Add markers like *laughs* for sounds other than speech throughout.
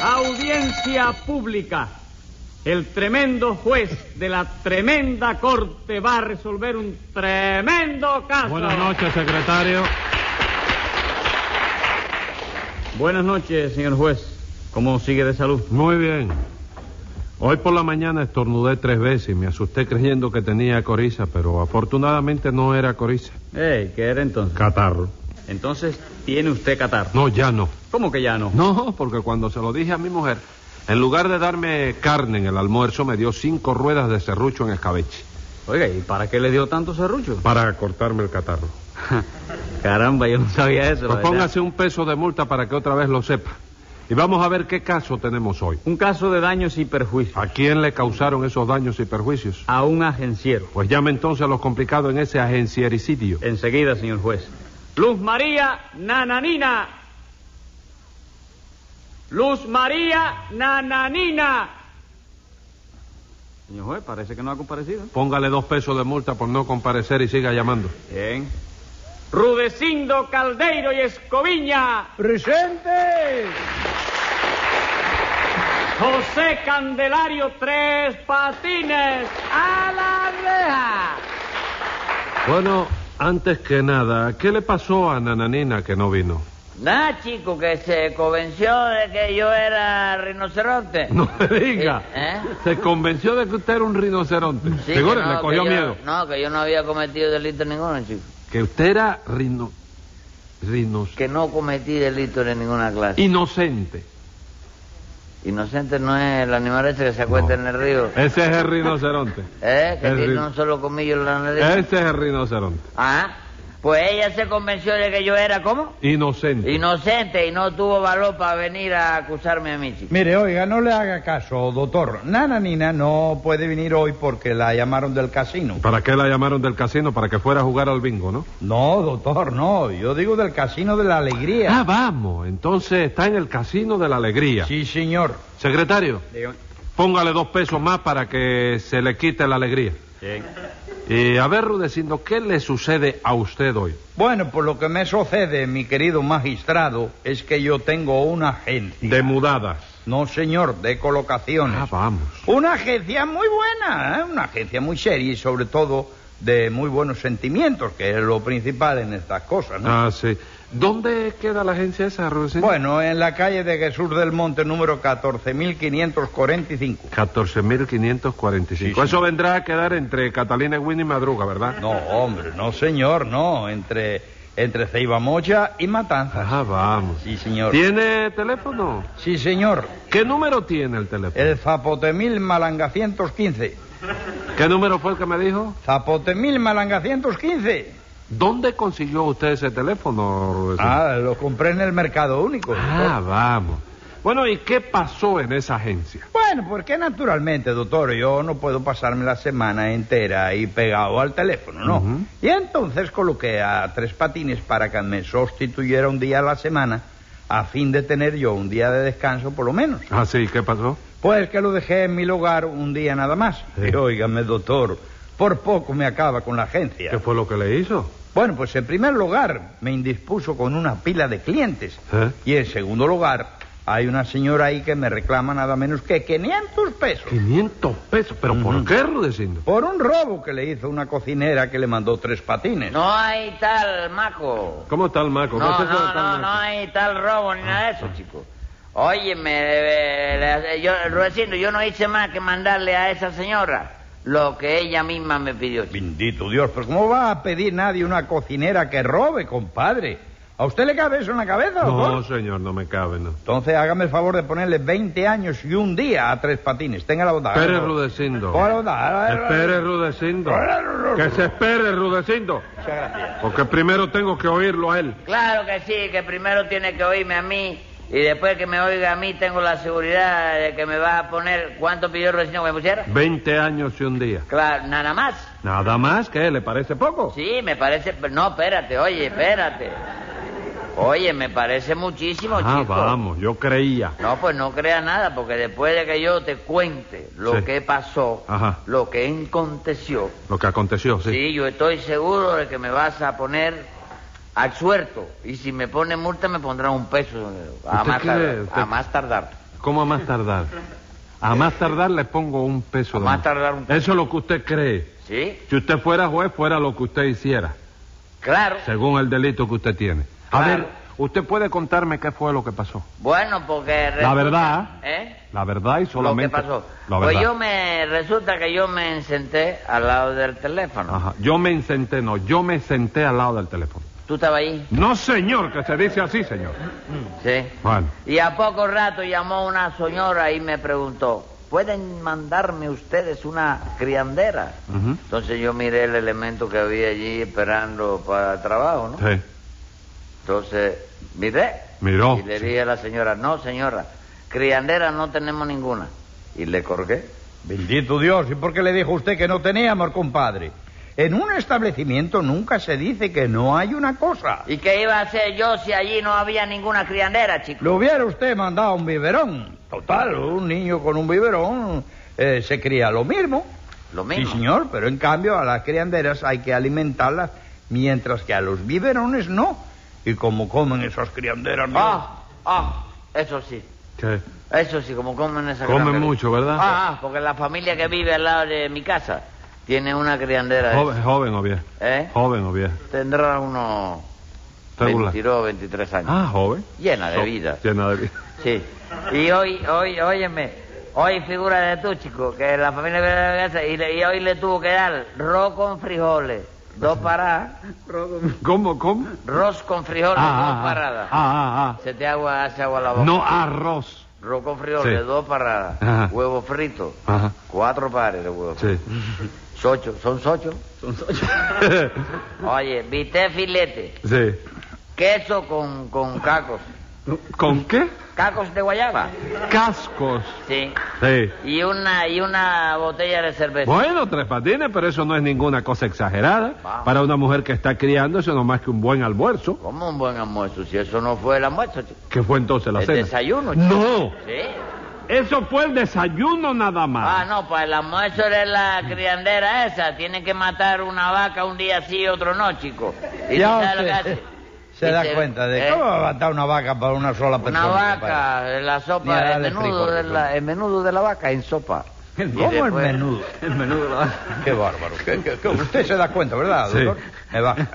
Audiencia pública. El tremendo juez de la tremenda corte va a resolver un tremendo caso. Buenas noches, secretario. Buenas noches, señor juez. ¿Cómo sigue de salud? Muy bien. Hoy por la mañana estornudé tres veces y me asusté creyendo que tenía coriza, pero afortunadamente no era coriza. Ey, ¿qué era entonces? Catarro. Entonces, ¿tiene usted catarro? No, ya no. ¿Cómo que ya no? No, porque cuando se lo dije a mi mujer, en lugar de darme carne en el almuerzo, me dio cinco ruedas de serrucho en escabeche Oiga, ¿y para qué le dio tanto serrucho? *laughs* para cortarme el catarro. Caramba, yo no sabía eso. la Pues verdad. póngase un peso de multa para que otra vez lo sepa. Y vamos a ver qué caso tenemos hoy. Un caso de daños y perjuicios ¿A quién le causaron esos daños y perjuicios? a un agenciero. Pues llame entonces a los complicados en ese agenciericidio. Enseguida, señor juez. Luz María Nananina. Luz María Nananina. Señor juez, parece que no ha comparecido. Póngale dos pesos de multa por no comparecer y siga llamando. Bien. Rudecindo Caldeiro y Escoviña. ¡Presente! José Candelario Tres Patines. A la reja. Bueno, antes que nada, ¿qué le pasó a Nananina que no vino? *laughs* Nada, chico, que se convenció de que yo era rinoceronte. No me diga. ¿Eh? Se convenció de que usted era un rinoceronte. Sí, Seguro, que no, le cogió que yo- miedo. No, que yo no había cometido delito ninguno, chico. Que usted era rino... rinos... Que no cometí delito de ninguna clase. Inocente. Inocente no es el animal ese que se acuesta No. en el río. Ese es el *laughs* rinoceronte. ¿Eh? Que El tiene rin- un solo comillo en la nariz. Ese es el rinoceronte. Ah, pues ella se convenció de que yo era, ¿cómo? Inocente. Inocente y no tuvo valor para venir a acusarme a mí, chico. Mire, oiga, no le haga caso, doctor. Nana Nina no puede venir hoy porque la llamaron del casino. ¿Para qué la llamaron del casino? Para que fuera a jugar al bingo, ¿no? No, doctor, no. Yo digo del casino de la Ah, alegría. vamos. Entonces está en el casino de la alegría. Sí, señor. Secretario, Dígame. póngale dos pesos más para que se le quite la alegría. Bien. Y a ver, Rudecindo, ¿qué le sucede a usted hoy? Bueno, por lo que me sucede, mi querido magistrado, es que yo tengo una agencia. De mudadas. No, señor, de colocaciones. Ah, vamos. Una agencia muy buena, ¿eh? una agencia muy seria y sobre todo de muy buenos sentimientos, que es lo principal en estas cosas, ¿no? Ah, sí. ¿Dónde queda la agencia esa, Rudecindo? Bueno, en la calle de Jesús del Monte número 14.545. 14.545. Sí, sí. Eso vendrá a quedar entre Catalina Wynne y Madruga, ¿verdad? No, hombre, no, señor, no. Entre, entre Ceiba Mocha y Matanzas. Ah, vamos. Sí, señor. ¿Tiene teléfono? Sí, señor. ¿Qué número tiene el teléfono? El Zapotemil Malanga 115. ¿Qué número fue el que me dijo? Zapotemil Malanga 115. ¿Dónde consiguió usted ese teléfono, Rudecindo? Ah, lo compré en el Mercado Único. Ah, vamos. Bueno, ¿y qué pasó en esa agencia? Bueno, porque naturalmente, doctor, yo no puedo pasarme la semana entera ahí pegado al teléfono, ¿no? Ujú. Y entonces coloqué a tres patines para que me sustituyera un día a la semana a fin de tener yo un día de descanso por lo menos. Ah, sí, ¿qué pasó? Pues que lo dejé en mi lugar un día nada más. Sí. Y óigame, doctor, por poco me acaba con la agencia. ¿Qué fue lo que le hizo? Bueno, pues en primer lugar me indispuso con una pila de clientes. ¿Eh? Y en segundo lugar hay una señora ahí que me reclama nada menos que 500 pesos. 500 pesos. ¿Pero por Ujú. qué, Rudecindo? Por un robo que le hizo una cocinera que le mandó tres patines. No hay tal maco. ¿Cómo está el maco? No, ¿Qué es eso de no, tal Ah. no, maco? no hay tal robo ni nada de eso, chico. Óyeme, eh, eh, yo, Rudecindo, yo no hice más que mandarle a esa señora lo que ella misma me pidió, chico. Bendito Dios, pero ¿cómo va a pedir nadie una cocinera que robe, compadre? ¿A usted le cabe eso en la cabeza, doctor? No, señor, no me cabe, no. Entonces hágame el favor de ponerle 20 años y un día a tres patines. Tenga la bondad. Espere, ¿no? Rudecindo. Por la bondad. Espere, Rudecindo. Ahora- Que se espere, Rudecindo. Muchas gracias. Porque primero tengo que oírlo a él. Claro que sí, que primero tiene que oírme a mí y después que me oiga a mí tengo la seguridad de que me vas a poner... ¿Cuánto pidió Rudecindo que me pusiera? 20 años y un día. Claro, nada más. Nada más, ¿qué? ¿Le parece poco? Sí, me parece... No, espérate, oye, espérate. Oye, me parece muchísimo, ah, chico. vamos, yo creía. No, pues no crea nada, porque después de que yo te cuente lo Sí. que pasó, Ajá. lo que aconteció, Lo que aconteció, sí. sí. yo estoy seguro de que me vas a poner al suelto. Y si me pone multa, me pondrá un peso eh, a ¿Usted más, quiere- tardar, usted- a más tardar. ¿Cómo a más tardar? A más tardar le pongo un peso. A de más multa. tardar un peso. Eso es lo que usted cree. ¿Sí? Si usted fuera juez, fuera lo que usted hiciera, Claro. según el delito que usted tiene. A Claro. ver, usted puede contarme qué fue lo que pasó. Bueno, porque... La resulta- verdad. ¿Eh? La verdad y solamente... Lo que pasó. La Pues verdad. yo me... Resulta que yo me senté al lado del teléfono. Ajá. Yo me senté, no, yo me senté al lado del teléfono. ¿Tú estabas ahí? No, señor, que se dice así, señor. Sí. Bueno. Y a poco rato llamó una señora y me preguntó, ¿pueden mandarme ustedes una criandera? Ujú. Entonces yo miré el elemento que había allí esperando para trabajo, ¿no? Sí. Entonces miré. Miró. Y le dije a la señora, no señora, criandera no tenemos ninguna. Y le colgué. Bendito Dios, ¿y por qué le dijo usted que no teníamos, compadre? En un establecimiento nunca se dice que no hay una cosa. ¿Y qué iba a hacer yo si allí no había ninguna criandera, chico? Lo hubiera usted mandado un biberón. Total, un niño con un biberón eh, se cría lo mismo. Lo mismo. Sí, señor, pero en cambio a las crianderas hay que alimentarlas, mientras que a los biberones no. ¿Y como comen esas crianderas? mire? Ah, ah, eso sí. Sí. Eso sí, como comen esa Comen criandera. mucho, ¿verdad? Ah, ah, porque la familia que vive al lado de mi casa tiene una criandera. Joven, joven o viejo. ¿Eh? Joven o viejo. Tendrá unos Regular. 22, 23 años. Ah, joven. Llena de So- vida. Llena de vida. Sí. Y hoy, hoy, óyeme, hoy figura de tú, chico, que la familia vive a la casa y, le- y hoy le tuvo que dar ro con frijoles, dos paradas, ¿Cómo, cómo? ros con frijoles, dos paradas. ah, ah, Se te agua, hace agua la ah. boca. No arroz. Ro con frijoles, Sí. dos paradas, Ajá. huevo frito, Ajá. cuatro pares de huevos. *laughs* Sí. Socho, ¿son socho? Oye, viste filete, sí. queso con, con cacos, ¿Con qué? cacos de guayaba, Cascos. sí, Sí. y una, y una botella de cerveza. Bueno, tres patines, pero eso no es ninguna cosa exagerada. Vamos. Para una mujer que está criando, eso no más que un buen almuerzo. ¿Cómo un buen almuerzo? Si eso no fue el almuerzo, chico. ¿Qué fue entonces la el cena? desayuno, chico. No, Sí. eso fue el desayuno nada Ah, más. no, pues el almuerzo era la criandera esa. Tiene que matar una vaca un día sí y otro no, chico. ¿Y Ya tú sabes lo que usted hace? se da Dice, cuenta de eh, cómo va a matar una vaca para una sola persona. Una compadre? vaca, la Ni a sopa, el darle menudo, frijoles, de la, hombre. el menudo de la vaca en sopa. *laughs* Y ¿Cómo el después- menudo? *laughs* El menudo de la vaca. Qué bárbaro. Qué- qué- qué- usted se da cuenta, ¿verdad, Sí. doctor? Me baja.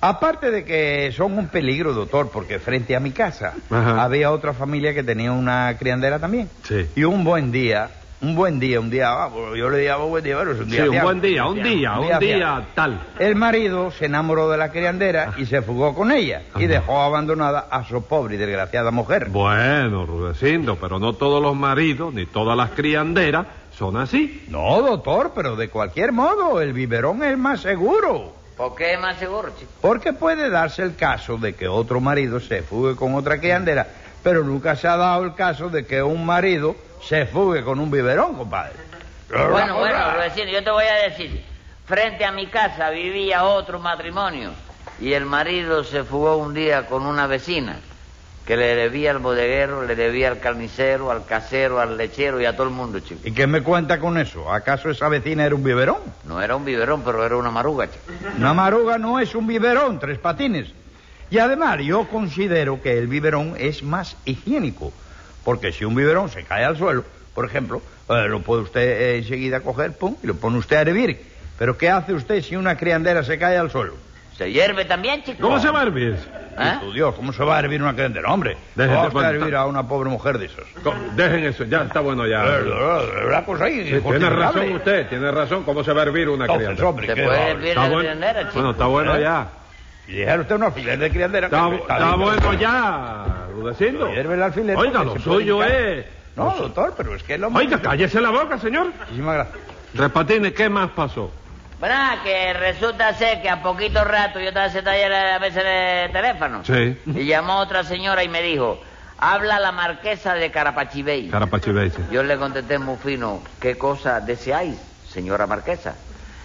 Aparte de que son un peligro, doctor, porque frente a mi casa Ajá. había otra familia que tenía una criandera también. Sí. Y un buen día, un buen día, un día, ah, bueno, yo le llamo buen día, pero es un día. Sí, un fiable. buen día, un día, un fiable. día tal. El marido se enamoró de la Ah. criandera y se fugó con ella y Anda. dejó abandonada a su pobre y desgraciada mujer. Bueno, Rudecindo, pero no todos los maridos ni todas las crianderas son así. No, doctor, pero de cualquier modo, el biberón es más seguro. ¿Por qué es más seguro, chico? Porque puede darse el caso de que otro marido se fugue con otra criandera, pero nunca se ha dado el caso de que un marido se fugue con un biberón, compadre. Bueno, bueno, vecino, yo te voy a decir. Frente a mi casa vivía otro matrimonio y el marido se fugó un día con una vecina que le debía al bodeguero, le debía al carnicero, al casero, al lechero y a todo el mundo, chico. ¿Y qué me cuenta con eso? ¿Acaso esa vecina era un biberón? No era un biberón, pero era una maruga, chico. Una maruga no es un biberón, tres patines. Y además, yo considero que el biberón es más higiénico. Porque si un biberón se cae al suelo, por ejemplo, eh, lo puede usted eh, enseguida coger, pum, y lo pone usted a hervir. Pero ¿qué hace usted si una criandera se cae al suelo? ¿Se hierve también, chico? ¿Cómo se va a hervir? ¿Eh? Hijo Dios, ¿cómo se va a hervir una criandera? Hombre, Déjate ¿cómo va a contar. hervir a una pobre mujer de Eh, esas? Co- Dejen eso, ya está bueno ya. Una cosa pues ahí Ah. Sí, tiene injustificable. razón usted, tiene razón. ¿Cómo se va a hervir una Entonces, criandera? hombre, ¿Se qué puede bárbaro. hervir Está la bueno. criandera, chico? Bueno, está bueno ¿Eh? ya. Y dejar usted un alfiler de criandera. Está, que bu- está bien, bueno pero- ya, Rudecindo. Hierve el alfiler. Oiga, porque lo se puede suyo hincar. es... No, doctor, pero es que el hombre... Oiga, cállese la boca, señor. Muchísimas gracias. Tres Patines, ¿qué más pasó? Bueno, ah, que resulta ser que a poquito rato yo estaba en ese taller a veces de teléfono. Sí. Y llamó otra señora y me dijo, habla la marquesa de Carapachibey. Carapachibeice. Yo le contesté muy fino, ¿qué cosa deseáis, señora marquesa?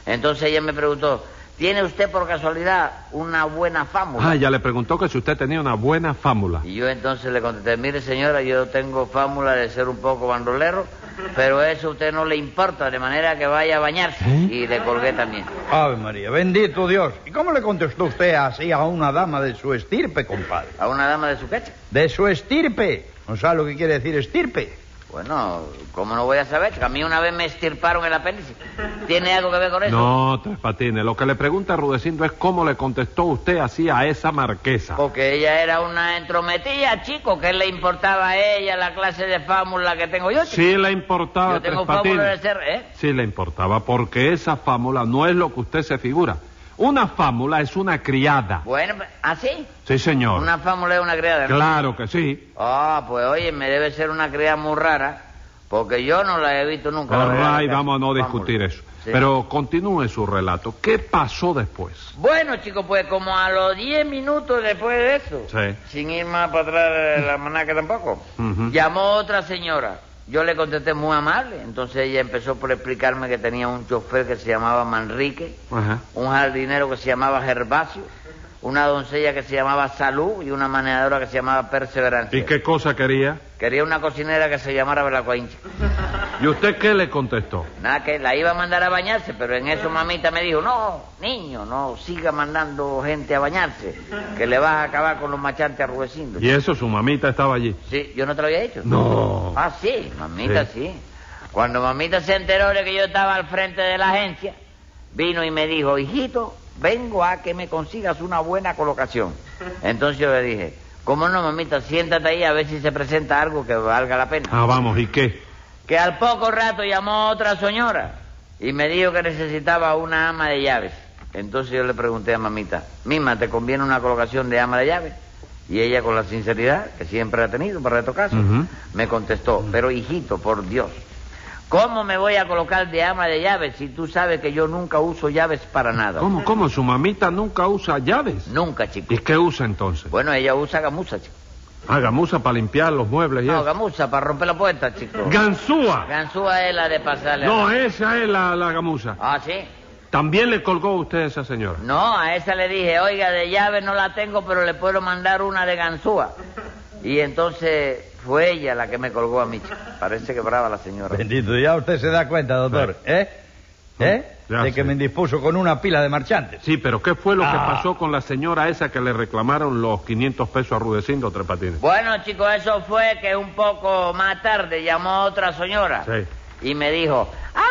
Entonces ella me preguntó, ¿tiene usted por casualidad una buena fámula? Ah, ya le preguntó que si usted tenía una buena fámula. Y yo entonces le contesté, mire señora, yo tengo fámula de ser un poco bandolero Pero eso a usted no le importa, de manera que vaya a bañarse. ¿Eh? Y le colgué también. Ave María, bendito Dios. ¿Y cómo le contestó usted así a una dama de su estirpe, compadre? ¿A una dama de su quecha? De su estirpe. ¿No sabe lo que quiere decir estirpe? Bueno, ¿cómo no voy a saber? Que a mí una vez me estirparon el apéndice. ¿Tiene algo que ver con eso? No, Tres Patines. Lo que le pregunta Rudecindo es cómo le contestó usted así a esa marquesa. Porque ella era una entrometida, chico. ¿Qué le importaba a ella la clase de fámula que tengo yo? chico? Sí le importaba, Yo tengo Tres Patines. fábula de ser, ¿eh? Sí le importaba, porque esa fámula no es lo que usted se figura. Una fámula es una criada. Bueno, ¿así? Sí, señor. Una fámula es una criada. ¿no? Claro que sí. Ah, pues oye, me debe ser una criada muy rara, porque yo no la he visto nunca. la All verdad, right, la- vamos a no fábula. discutir eso. Sí. Pero continúe su relato. ¿Qué pasó después? Bueno, chicos, pues como a los 10 minutos después de eso, Sí. sin ir más para atrás de la manaca tampoco, Ujú. llamó otra señora. Yo le contesté muy amable, entonces ella empezó por explicarme que tenía un chofer que se llamaba Manrique, Ajá. un jardinero que se llamaba Gervasio, una doncella que se llamaba Salud y una manejadora que se llamaba Perseverancia. ¿Y qué cosa quería? Quería una cocinera que se llamara Belacuaincha. ¿Y usted qué le contestó? Nada, que la iba a mandar a bañarse, pero en eso mamita me dijo, no, niño, no siga mandando gente a bañarse, que le vas a acabar con los machantes arrubeciendo. Y eso, su mamita estaba allí. Sí, yo no te lo había dicho. No. Ah, sí, mamita, Sí. sí. Cuando mamita se enteró de que yo estaba al frente de la agencia, vino y me dijo, hijito, vengo a que me consigas una buena colocación. Entonces yo le dije, ¿cómo no, mamita? Siéntate ahí a ver si se presenta algo que valga la pena. Ah, vamos, ¿y qué? que al poco rato llamó otra señora y me dijo que necesitaba una ama de llaves. Entonces yo le pregunté a mamita, Mima, ¿te conviene una colocación de ama de llaves? Y ella con la sinceridad que siempre ha tenido para estos casos, Ujú. me Mm. contestó, pero hijito, por Dios, ¿cómo me voy a colocar de ama de llaves si tú sabes que yo nunca uso llaves para nada? ¿Cómo, cómo? ¿Su mamita nunca usa llaves? Nunca, chico. ¿Y qué usa entonces? Bueno, ella usa gamuza, chico. Ah, gamuza para limpiar los muebles y No, eso. gamuza, para romper la puerta, chico. ¡Ganzúa! Ganzúa es la de pasarle. No, eh. esa es la, la gamuza. Ah, sí. También le colgó usted a esa señora. No, a esa le dije, oiga, de llave no la tengo, pero le puedo mandar una de ganzúa. Y entonces fue ella la que me colgó a mí. Parece que brava la señora. Bendito, ya usted se da cuenta, doctor. ¿Eh? ¿Eh? Ya de que sé. me indispuso con una pila de marchantes. Sí, pero ¿qué fue lo que Ah. pasó con la señora esa que le reclamaron los 500 pesos a Rudecindo Tres Patines? Bueno, chicos, eso fue que un poco más tarde llamó otra señora. Sí. Y me dijo, "Ah,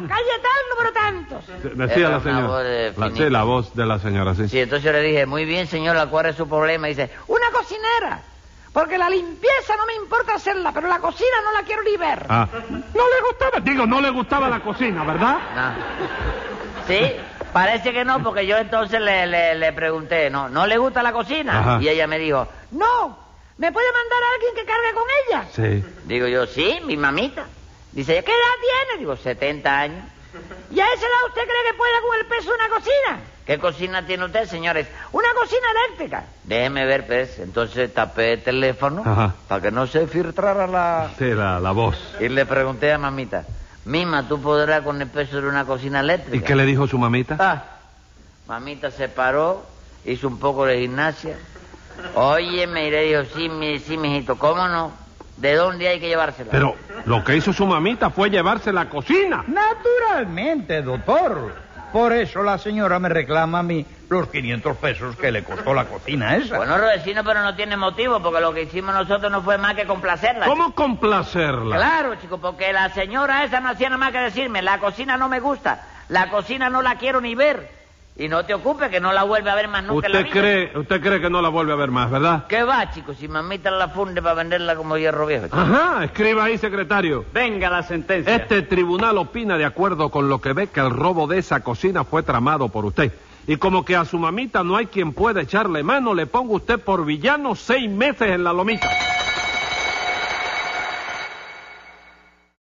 Hablan de la calle tal, número tantos. De- Decía la Era una voz señora. de La, finito. sí, la voz de la señora, sí. sí, entonces yo le dije, muy bien, señora, ¿cuál es su problema? Y dice, Una cocinera. Porque la limpieza no me importa hacerla, pero la cocina no la quiero ni ver. Ah. No le gustaba, digo, no le gustaba la cocina, ¿verdad? No. Sí, parece que no, porque yo entonces le, le- le pregunté, ¿no, ¿no le gusta la cocina? Ajá. Y ella me dijo, No, ¿me puede mandar a alguien que cargue con ella? Sí. digo yo, sí, mi mamita. Dice, ¿Qué edad tiene? digo, 70 años. ¿Y a esa edad usted cree que puede con el peso de una cocina? ¿Qué cocina tiene usted, señores? Una cocina eléctrica. Déjeme ver, pues. Entonces tapé el teléfono Ajá. para que no se filtrara la... Sí, la, la voz. Y le pregunté a mamita, Mima, ¿tú podrás con el peso de una cocina eléctrica? ¿Y qué le dijo su mamita? Ah, mamita se paró, hizo un poco de gimnasia. Oye, me dijo, sí, mi, sí, mijito, ¿cómo no? ¿De dónde hay que llevársela? Pero lo que hizo su mamita fue llevarse la cocina. Naturalmente, doctor. Por eso la señora me reclama a mí los 500 pesos que le costó la cocina esa. Bueno, Rodecino, pero no tiene motivo, porque lo que hicimos nosotros no fue más que complacerla. ¿Cómo complacerla? Claro, chico, porque la señora esa no hacía nada más que decirme, la cocina no me gusta, la cocina no la quiero ni ver. Y no te ocupes que no la vuelve a ver más nunca en la Usted vida. cree, usted cree que no la vuelve a ver más, ¿verdad? ¿Qué va, chico? Si mamita la funde para venderla como hierro viejo. chico. Ajá, escriba ahí, secretario. Venga la sentencia. Este tribunal opina de acuerdo con lo que ve que el robo de esa cocina fue tramado por usted. Y como que a su mamita no hay quien pueda echarle mano, le pongo usted por villano seis meses en la lomita.